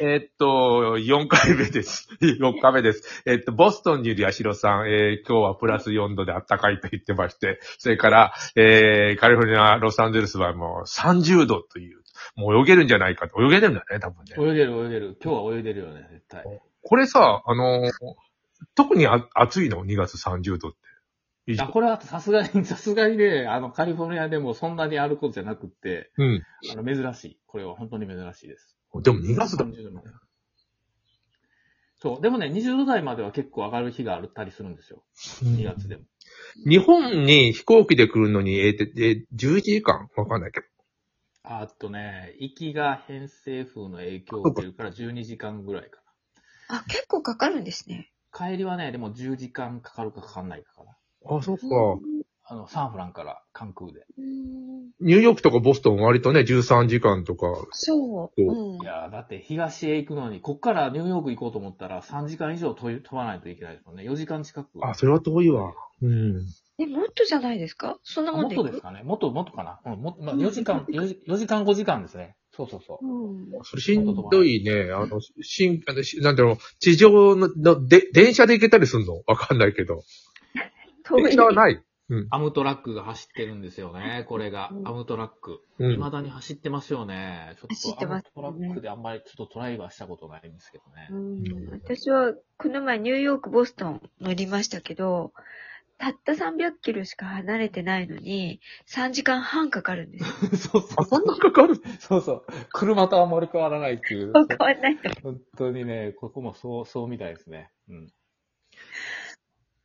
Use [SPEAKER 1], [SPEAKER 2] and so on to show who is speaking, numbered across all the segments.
[SPEAKER 1] えーっと、4回目です。4回目 です。えーっと、ボストンにいるヤシロさん、えー今日はプラス4度で暖かいと言ってまして、それから、えーカリフォルニア、ロサンゼルスはもう30度という、もう泳げるんじゃないかと。泳げるんだね、多分ね。
[SPEAKER 2] 泳げる泳げる。今日は泳いでるよね、絶対。
[SPEAKER 1] これさ、あのー特にあ暑いの ?2 月30度って。以
[SPEAKER 2] あ、
[SPEAKER 1] 上
[SPEAKER 2] これはさすがに、さ すがにね、あの、カリフォルニアでもそんなにあることじゃなくって、
[SPEAKER 1] うん。
[SPEAKER 2] あの、珍しい。これは本当に珍しいです。
[SPEAKER 1] でも2月だ。
[SPEAKER 2] 30度まで。そう。でもね、20度台までは結構上がる日があったりするんですよ。2月でも。
[SPEAKER 1] 日本に飛行機で来るのに、えーって、えー11時間わかんないけど。
[SPEAKER 2] あとね、息が偏西風の影響を受けるから12時間ぐらいか
[SPEAKER 3] あ、結構かかるんですね。
[SPEAKER 2] な。帰りはね、でも10時間かかるかかかんないかかな。
[SPEAKER 1] あ、そっか。
[SPEAKER 2] あの、サンフランから関空で。
[SPEAKER 3] うん
[SPEAKER 1] ニューヨークとかボストン割とね、13時間とか。
[SPEAKER 3] そう。うん
[SPEAKER 2] い。やーだって東へ行くのに、こっからニューヨーク行こうと思ったら3時間以上飛び飛ばないといけないですもんね。4時間近く。
[SPEAKER 1] あ、それは遠いわ。うん。
[SPEAKER 3] え、もっとじゃないですかそんな
[SPEAKER 2] あ
[SPEAKER 3] も
[SPEAKER 2] も
[SPEAKER 3] ん
[SPEAKER 2] っ
[SPEAKER 3] で
[SPEAKER 2] と
[SPEAKER 3] 行
[SPEAKER 2] です
[SPEAKER 3] く
[SPEAKER 2] かね。もっともっとかな。うん、もっと、まあ、
[SPEAKER 3] うん
[SPEAKER 2] 4時間、4時 ,4 時間5時間ですね。そうそうそう。
[SPEAKER 3] うん。
[SPEAKER 1] それしんどいね。あの、しん、あの、しなんだろう、地上の、ので、電車で行けたりすんのわかんないけど。
[SPEAKER 3] 遠
[SPEAKER 1] 電
[SPEAKER 3] い
[SPEAKER 1] 車。はない。
[SPEAKER 2] アムトラックが走ってるんですよね、これが
[SPEAKER 3] う。ん
[SPEAKER 2] アムトラック。
[SPEAKER 1] う
[SPEAKER 2] 未
[SPEAKER 1] ん。
[SPEAKER 2] だに走ってますよね。ち
[SPEAKER 3] 走
[SPEAKER 2] ょっ
[SPEAKER 3] っ
[SPEAKER 2] と
[SPEAKER 3] て
[SPEAKER 2] ア
[SPEAKER 3] ま
[SPEAKER 2] ム
[SPEAKER 3] す
[SPEAKER 2] トラックであんまりちょっとトライはしたことないんですけど
[SPEAKER 3] う
[SPEAKER 2] ね。
[SPEAKER 3] ん私は、この前ニューヨーク、ボストン乗りましたけど、たった300キロしか離れてないのに、3時間半かかるんです
[SPEAKER 2] そ
[SPEAKER 3] よ。
[SPEAKER 2] うそ
[SPEAKER 1] あ、
[SPEAKER 2] う。
[SPEAKER 1] そんなかかる
[SPEAKER 2] そうそう。車とあんまり変わらないっていう。
[SPEAKER 3] 変 わんないから。
[SPEAKER 2] 本当にね、ここもそう、そうみたいですね。うん。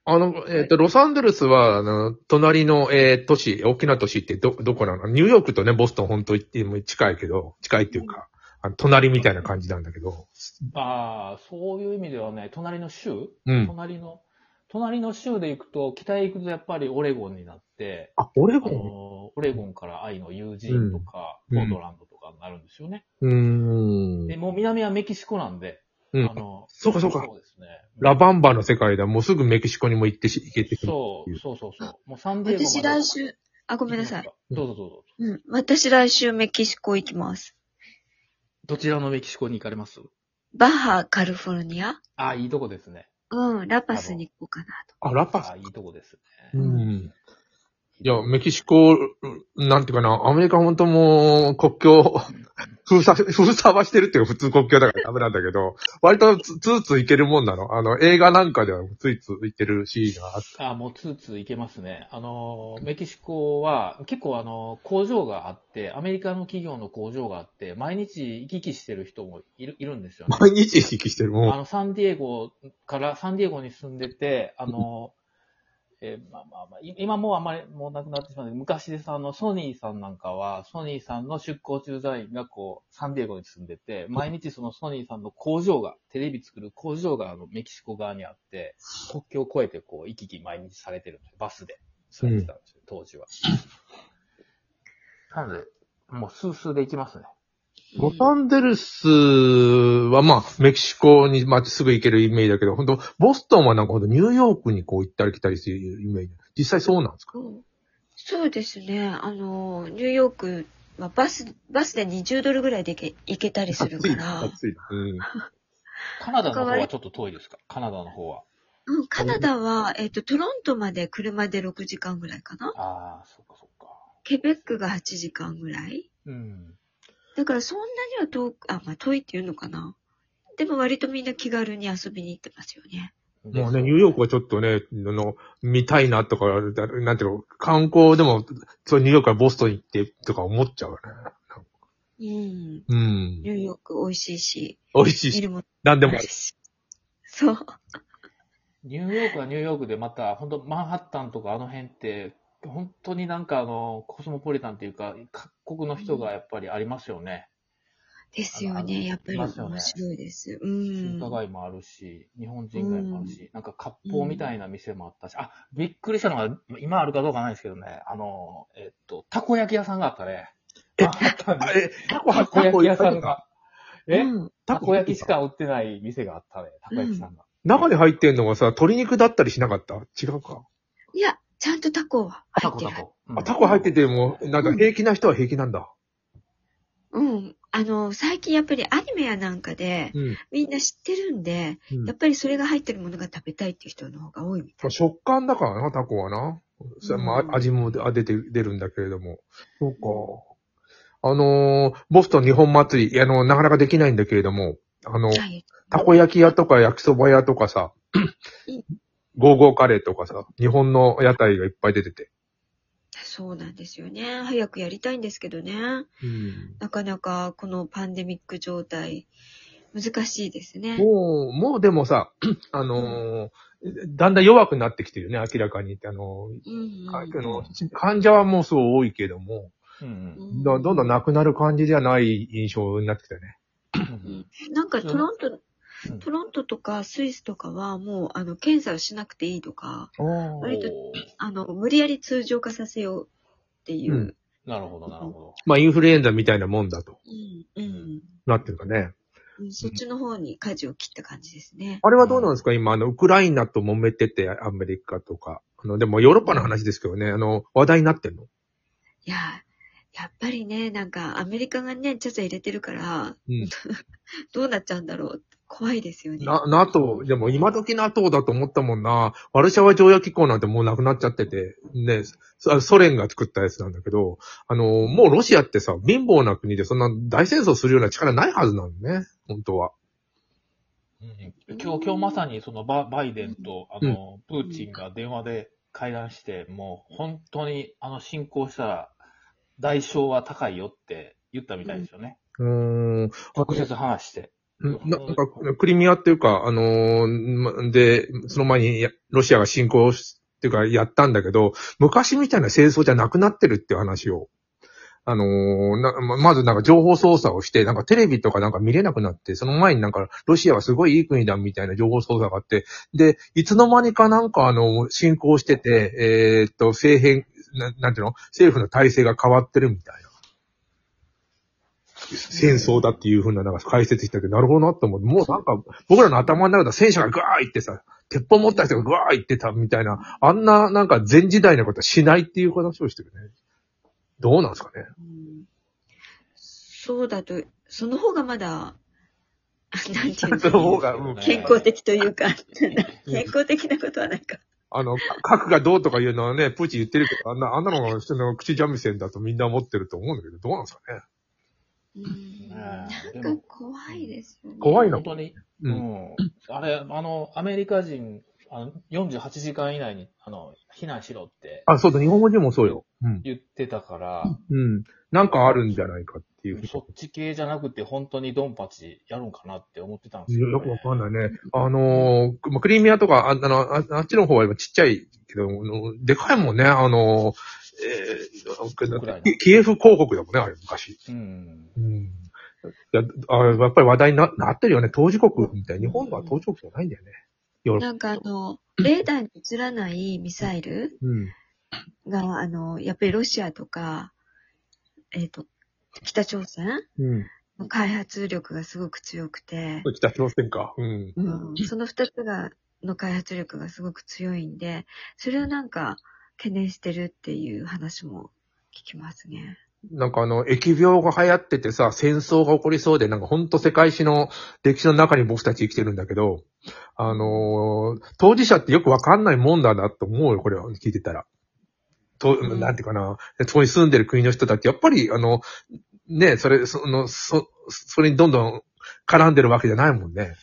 [SPEAKER 1] あの、えっ、と、ロサンゼルスは、あの、隣の、えー都市、大きな都市ってど、どこなのニューヨークとね、ボストン本当に近いけど、近いっていうか、あの隣みたいな感じなんだけど。
[SPEAKER 2] ああ、そういう意味ではね、隣の州、
[SPEAKER 1] うん。
[SPEAKER 2] 隣の、隣の州で行くと、北へ行くとやっぱりオレゴンになって、
[SPEAKER 1] あ、俺
[SPEAKER 2] あ
[SPEAKER 1] も。
[SPEAKER 2] のオレゴンから愛の友人とか、
[SPEAKER 1] うん
[SPEAKER 2] ポ
[SPEAKER 1] うん
[SPEAKER 2] ートランドとかになるんですよね。
[SPEAKER 1] うーん
[SPEAKER 2] で、。もう南はメキシコなんで、
[SPEAKER 1] う
[SPEAKER 2] あ
[SPEAKER 1] ん。
[SPEAKER 2] の、
[SPEAKER 1] そうかそうか
[SPEAKER 2] そうですね。
[SPEAKER 1] ラバンバの世界だ。もうすぐメキシコにも行ってし、行けてくる。
[SPEAKER 2] そう、そうそうそう。もうサンディエゴまで。
[SPEAKER 3] 私来週、あ、ごめんなさい。。
[SPEAKER 2] どうぞどうぞ。
[SPEAKER 3] うん。私来週メキシコ行きます。
[SPEAKER 2] どちらのメキシコに行かれます
[SPEAKER 3] バハ、カリフォルニア
[SPEAKER 2] ああ、いいとこですね。
[SPEAKER 3] うん。ラパスに行こうかなと。
[SPEAKER 1] あ、ラパス
[SPEAKER 2] あ。あ、いいとこです
[SPEAKER 1] う
[SPEAKER 2] ね。
[SPEAKER 1] ん。いや、メキシコ、なんていうかな、アメリカ本当もう国境、封鎖、封鎖はしてるっていうか普通国境だからダメなんだけど、割とつつーつーいけるもんなの。あの、映画なんかではついつーいけるシーンがあって。
[SPEAKER 2] あもうツーツーいけますね。あの、メキシコは結構あの、工場があって、アメリカの企業の工場があって、毎日行き来してる人もいるいるんですよね。
[SPEAKER 1] 毎日行き来してる
[SPEAKER 2] あ
[SPEAKER 1] もん。
[SPEAKER 2] の、サンディエゴから、サンディエゴに住んでて、あの、えーまあまあまあ、い今もうあんまりもうなくなってしまうんで昔ですあの、ソニーさんなんかは、ソニーさんの出向駐在員がこう、サンディエゴに住んでて、毎日そのソニーさんの工場が、テレビ作る工場があの、メキシコ側にあって、国境を越えてこう、行き来毎日されてるんですよバスで、されてたんですよ、当時は。なので、もうスースーで行きますね。
[SPEAKER 1] ロサンゼルスはまあ、メキシコにまあすぐ行けるイメージだけど、本当ボストンはなんかほんとニューヨークにこう行ったり来たりするイメージ。実際そうなんですか
[SPEAKER 3] うんそうですね。あの、ニューヨークはバス、バスで20ドルぐらいで行け行けたりする
[SPEAKER 1] 暑
[SPEAKER 3] か
[SPEAKER 1] い。
[SPEAKER 3] ら。
[SPEAKER 1] 暑い。うん。
[SPEAKER 2] カナダの方はちょっと遠いですかカナダの方は。
[SPEAKER 3] うん、カナダは、えっ、と、トロントまで車で6時間ぐらいかな。
[SPEAKER 2] ああ、そっかそっか。
[SPEAKER 3] ケベックが8時間ぐらい。
[SPEAKER 2] うん。
[SPEAKER 3] だからそんなには遠く、あ、まあ遠いっていうのかな。でも割とみんな気軽に遊びに行ってますよね。
[SPEAKER 1] もうね、ニューヨークはちょっとね、あの、見たいなとか、だなんていうの、観光でも、そう、ニューヨークからボストン行ってとか思っちゃうね。
[SPEAKER 3] うん。
[SPEAKER 1] うん
[SPEAKER 3] ニ。ューヨーク美味しいし、
[SPEAKER 1] 美味しい
[SPEAKER 3] 見
[SPEAKER 1] し、
[SPEAKER 3] るもの
[SPEAKER 1] なんで
[SPEAKER 3] も
[SPEAKER 1] も
[SPEAKER 3] あ
[SPEAKER 1] あ
[SPEAKER 3] る
[SPEAKER 1] る。
[SPEAKER 3] し。そう。
[SPEAKER 2] ニューヨークはニューヨークでまた、本当マンハッタンとかあの辺って、本当になんかあの、コスモポリタンっていうか、各国の人がやっぱりありますよね。
[SPEAKER 3] ですよ
[SPEAKER 2] あの
[SPEAKER 3] ね。やっぱり
[SPEAKER 2] いますよね
[SPEAKER 3] 面白いです。う
[SPEAKER 2] 中
[SPEAKER 3] ん。
[SPEAKER 2] 華街もあるし、日本人街もあるし、なんか割烹みたいな店もあったし、あ、びっくりしたのが、今あるかどうかないですけどね、あの、えっと、たこ焼き屋さんがあったね。マンハッタン
[SPEAKER 1] あ
[SPEAKER 2] に
[SPEAKER 1] れ、タコ
[SPEAKER 2] たこ焼き屋さん
[SPEAKER 1] か。
[SPEAKER 2] が。え
[SPEAKER 3] うん
[SPEAKER 2] たこ焼きしか売ってない店があったね、たこ焼きさんが。
[SPEAKER 1] 中に入ってんのがさ、鶏肉だったりしなかった違うか。
[SPEAKER 3] いや、ちゃんとタコは入
[SPEAKER 2] タ
[SPEAKER 3] っ
[SPEAKER 2] コ
[SPEAKER 3] て
[SPEAKER 2] タ
[SPEAKER 3] る。
[SPEAKER 2] コ。うん
[SPEAKER 1] あ、タコ入ってても、なんか平気な人は平気なんだ。
[SPEAKER 3] うん。あの、最近やっぱりアニメやなんかで、
[SPEAKER 1] うん。
[SPEAKER 3] みんな知ってるんで、
[SPEAKER 1] うん
[SPEAKER 3] やっぱりそれが入ってるものが食べたいっていう人の方が多いみ
[SPEAKER 1] まあ
[SPEAKER 3] たい。
[SPEAKER 1] 食感だからな、タコはな。さま
[SPEAKER 3] うん
[SPEAKER 1] あ、味もあ出て、出るんだけれども。そうか。あのーボストン日本祭り、あの、なかなかできないんだけれども、あの、
[SPEAKER 3] はい。
[SPEAKER 1] たこ焼き屋とか焼きそば屋とかさ
[SPEAKER 3] い、
[SPEAKER 1] ゴーゴーカレーとかさ、日本の屋台がいっぱい出てて。
[SPEAKER 3] そうなんですよね。早くやりたいんですけどね。
[SPEAKER 1] うん。
[SPEAKER 3] なかなかこのパンデミック状態、難しいですね。
[SPEAKER 1] もう、もうでもさ、 あのーだんだん弱くなってきてるよね、明らかに。あのー
[SPEAKER 3] うん、
[SPEAKER 1] かあの患者はもうすごい多いけども、
[SPEAKER 2] うんうん
[SPEAKER 3] うん。
[SPEAKER 1] どどんどんなくなる感じではない印象になってきたよね。。
[SPEAKER 2] うん
[SPEAKER 3] なんかトロント
[SPEAKER 2] うん、
[SPEAKER 3] トロントとかスイスとかはもうあの検査をしなくていいとか、割と
[SPEAKER 2] おー
[SPEAKER 3] あの、無理やり通常化させようっていううん
[SPEAKER 2] なるほど、なるほ
[SPEAKER 1] まあ、インフルエンザみたいなもんだと
[SPEAKER 3] うん、うん。
[SPEAKER 1] なってるかね。
[SPEAKER 3] うんそっちの方に舵を切った感じですね。
[SPEAKER 1] あれはどうなんですか今、あの、ウクライナと揉めてて、アメリカとか。あの、でもヨーロッパの話ですけどね、あの、話題になってんの
[SPEAKER 3] いや、やっぱりね、なんかアメリカがね、ちゃちゃ入れてるから、
[SPEAKER 1] うん。
[SPEAKER 3] どうなっちゃうんだろうって怖いですよね。
[SPEAKER 1] な、NATO、でも今時 NATO だと思ったもんな。ワルシャワ条約機構なんてもうなくなっちゃってて、ね、そソ連が作ったやつなんだけど、あの、もうロシアってさ、貧乏な国でそんな大戦争するような力ないはずなのね、本当は。
[SPEAKER 2] ど。うん今日、今日まさにそのババイデンと、あの、プーチンが電話で会談して、もう本当に、あの、侵攻したら、代償は高いよって言ったみたいですよね。
[SPEAKER 1] うーん。
[SPEAKER 2] 直接話して。
[SPEAKER 1] うんななんか、クリミアっていうか、あのーんで、その前にやロシアが侵攻し、っていうか、やったんだけど、昔みたいな戦争じゃなくなってるっていう話を、あのーな、ままずなんか情報操作をして、なんかテレビとかなんか見れなくなって、その前になんか、ロシアはすごいいい国だみたいな情報操作があって、で、いつの間にかなんかあの、侵攻してて、えーっと、政変、ななんていうの政府の体制が変わってるみたいな。戦争だっていうふうな、なんか解説したけど、なるほどなって思って、もうなんか、僕らの頭の中では戦車がグワーいってさ、鉄砲持った人がグワーいってたみたいな、あんななんか前時代のことはしないっていう話をしてるね。どうなんですかね。
[SPEAKER 3] うんそうだと、その方がまだ、 なんていう
[SPEAKER 1] その
[SPEAKER 3] の
[SPEAKER 1] 方が、うん、
[SPEAKER 3] 健康的とい うか、健康的なことはないか。
[SPEAKER 1] あの、か核がどうとかいうのはね、プーチン言ってるけど、あんな、あんなのが人の口三味線だとみんな思ってると思うんだけど、どうなんですかね。
[SPEAKER 3] うん
[SPEAKER 2] ね
[SPEAKER 3] なん
[SPEAKER 2] え
[SPEAKER 3] か怖いですよね。
[SPEAKER 1] 怖いの
[SPEAKER 2] 本当に、
[SPEAKER 1] う。
[SPEAKER 2] うんん。あれ、あの、アメリカ人、あの48時間以内に、あの、避難しろって
[SPEAKER 1] あ、そうだ、日本語でもそうよ。うん。
[SPEAKER 2] 言ってたから、
[SPEAKER 1] うん。なんかあるんじゃないかっていう。
[SPEAKER 2] そっち系じゃなくて、本当にドンパチやるんかなって思ってたんです
[SPEAKER 1] いやよくわかん
[SPEAKER 2] い。
[SPEAKER 1] ないね。あのーまあクリミアとか、ああのああっちの方は今ちっちゃいけど、あのでかいもんね、あのーえ
[SPEAKER 2] ウクライナ
[SPEAKER 1] ー、キキエフ広告だもんね、あれ昔。
[SPEAKER 2] うん。
[SPEAKER 1] うん。やあやっぱり話題にななってるよね、当事国みたい。日本は当事国じゃないんだよね。ヨーロッ
[SPEAKER 3] なんかあの、レーダーに映らないミサイル
[SPEAKER 1] パ。うん。
[SPEAKER 3] が、あの、やっぱりロシアとか、えっ、と、北朝鮮
[SPEAKER 1] うん。
[SPEAKER 3] の開発力がすごく強くて、
[SPEAKER 1] 北朝鮮か。うん。
[SPEAKER 3] うん、その二つが、の開発力がすごく強いんで、それをなんか懸念してるっていう話も聞きますね。
[SPEAKER 1] なんかあの、疫病が流行っててさ、戦争が起こりそうで、なんかほんと世界史の歴史の中に僕たち生きてるんだけど、あのー当事者ってよくわかんないもんだなと思うよ、これを聞いてたら。と、
[SPEAKER 3] うん
[SPEAKER 1] なんていうかな、そこに住んでる国の人だって、やっぱり、あの、ね、それ、その、そ、それにどんどん絡んでるわけじゃないもんね。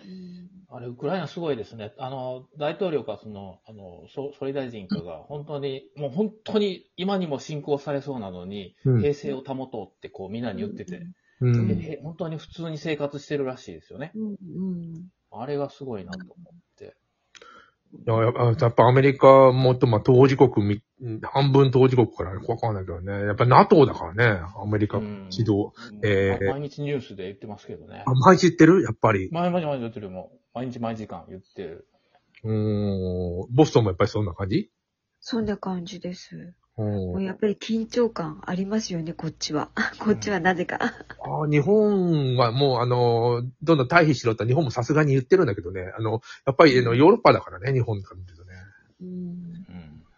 [SPEAKER 3] うん
[SPEAKER 2] あれ、ウクライナすごいですね。あの、大統領か、その、あの、そ総理大臣かが、本当に、もう本当に今にも侵攻されそうなのに、
[SPEAKER 1] うん。
[SPEAKER 2] 平静を保とうってこうみんなに言ってて、
[SPEAKER 1] う
[SPEAKER 2] で
[SPEAKER 1] ん。
[SPEAKER 2] へ本当に普通に生活してるらしいですよね。
[SPEAKER 3] うんうん
[SPEAKER 2] あれがすごいなと思って。
[SPEAKER 1] いややっぱやっぱアメリカもっと、まあ、当事国み、半分当事国からねわかんないけどね。やっぱ NATO だからね、アメリカ
[SPEAKER 2] うん
[SPEAKER 1] 指導。えー
[SPEAKER 2] まあ毎日ニュースで言ってますけどね
[SPEAKER 1] あ。前知ってるやっぱり。
[SPEAKER 2] 毎日毎日言ってるよもう毎日毎時間言ってる。
[SPEAKER 1] うーん。ボストンもやっぱりそんな感じ
[SPEAKER 3] そんな感じです。
[SPEAKER 1] う。
[SPEAKER 3] もうんやっぱり緊張感ありますよね、こっちは。 こっちはなぜか。
[SPEAKER 1] あー日本はもう、あのー、どんどん退避しろって日本もさすがに言ってるんだけどね。あの、やっぱり、あの、ヨーロッパだからね、日本から見るとね。
[SPEAKER 3] うん
[SPEAKER 2] うん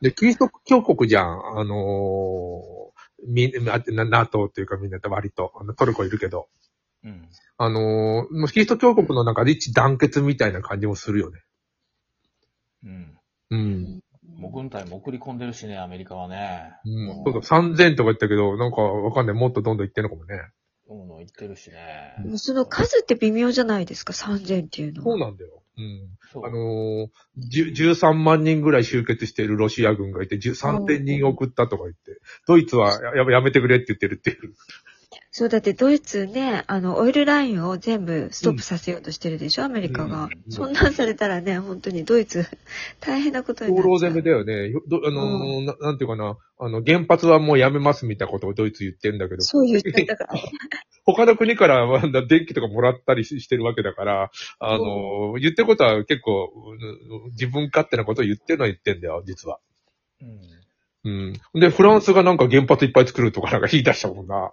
[SPEAKER 1] で、キリスト教国じゃん。あのーみんな、な NATO っていうかみんな割と、あのトルコいるけど、
[SPEAKER 2] うん。
[SPEAKER 1] あのーもうキリスト教国の中で一致団結みたいな感じもするよね。
[SPEAKER 2] うん。
[SPEAKER 1] うん。
[SPEAKER 2] もう軍隊も送り込んでるしね、アメリカはね。
[SPEAKER 1] うん、そうそう、3000とか言ったけど、なんかわかんない。もっとどんどん行ってんのかもね。
[SPEAKER 2] どんどん行ってるしね。
[SPEAKER 3] もうその数って微妙じゃないですか、3000っていうの
[SPEAKER 1] そう
[SPEAKER 3] は。
[SPEAKER 1] なんだよ。うん。
[SPEAKER 2] そう。
[SPEAKER 1] あのー、10 13万人ぐらい集結しているロシア軍がいて、13.000人送ったとか言って、ドイツはややめてくれって言ってるっていう。
[SPEAKER 3] そう、だってドイツね、あの、オイルラインを全部ストップさせようとしてるでしょ、アメリカが。
[SPEAKER 1] うん
[SPEAKER 3] そんなんされたらね、本当にドイツ、 大変なことにな
[SPEAKER 1] 兵
[SPEAKER 3] る。
[SPEAKER 1] 糧攻めだよね。よどあのーな、なんていうかな、あの、原発はもうやめますみたいなことをドイツ言ってるんだけど、
[SPEAKER 3] そう言っちゃっ たから。
[SPEAKER 1] 他の国からはな電気とかもらったりししてるわけだから、あのー、言ってることは結構、うん自分勝手なことを言ってるのは言ってんだよ、実は。
[SPEAKER 2] うん。
[SPEAKER 1] うん。で、フランスがなんか原発いっぱい作るとかなんか言い出したもんな。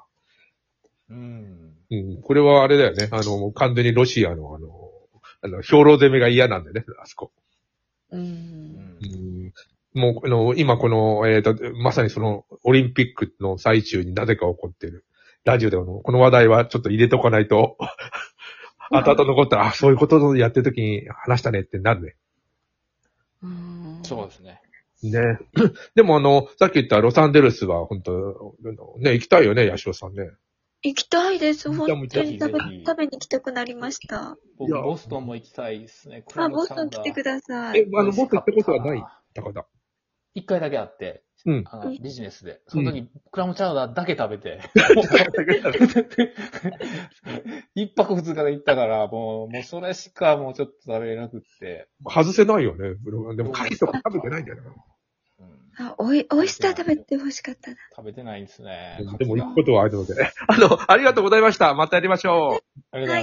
[SPEAKER 2] うん。
[SPEAKER 1] うん、これはあれだよね。あの、完全にロシアの、あの、あの、兵糧攻めが嫌なんでね、あそこ。
[SPEAKER 3] う。
[SPEAKER 2] うんん
[SPEAKER 1] う。ん、もう、あの、今この、えっ、と、まさにその、オリンピックの最中になぜか起こってる。ラジオでも、この話題はちょっと入れとかないと、 後々残ったら、あ、そういうことをやってる時に話したねってなるね。
[SPEAKER 3] うん
[SPEAKER 2] そうですね。
[SPEAKER 1] ね。 でもあの、さっき言ったロサンゼルスは本当ね、行きたいよね、ヤシロさんね。
[SPEAKER 3] 行きたいです。
[SPEAKER 1] 行
[SPEAKER 3] 本
[SPEAKER 1] きたいもん
[SPEAKER 3] 当に食べ
[SPEAKER 2] ぜひぜひ
[SPEAKER 3] 食べに行きたくなりました。
[SPEAKER 1] い
[SPEAKER 2] 僕、
[SPEAKER 1] や
[SPEAKER 2] ボストンも行きたいですね。ク
[SPEAKER 3] あ、
[SPEAKER 2] ラブ
[SPEAKER 3] ボ
[SPEAKER 2] サ
[SPEAKER 3] ストン来てくださ
[SPEAKER 1] え
[SPEAKER 3] い。、
[SPEAKER 1] あの、もっと行ったことはない高田。
[SPEAKER 2] 一回だけあって、
[SPEAKER 1] うん
[SPEAKER 2] あの
[SPEAKER 3] うん
[SPEAKER 2] ビジネスで。その時、クラムチャウダーだけ食べて、 一泊二日で行ったから、もう、もうそれしかもうちょっと食べれなくって。
[SPEAKER 1] 外せないよね、ブロガンでも、カリとか食べてないんだよな。
[SPEAKER 2] うん
[SPEAKER 3] あ、おい、オイスター食べて欲しかったな。
[SPEAKER 2] 食べてないんですね。
[SPEAKER 1] でも行く
[SPEAKER 2] カ
[SPEAKER 1] こ
[SPEAKER 2] ツ
[SPEAKER 1] とはあるので。あの、ありがとうございました。またやりましょう。
[SPEAKER 2] がありがとうございます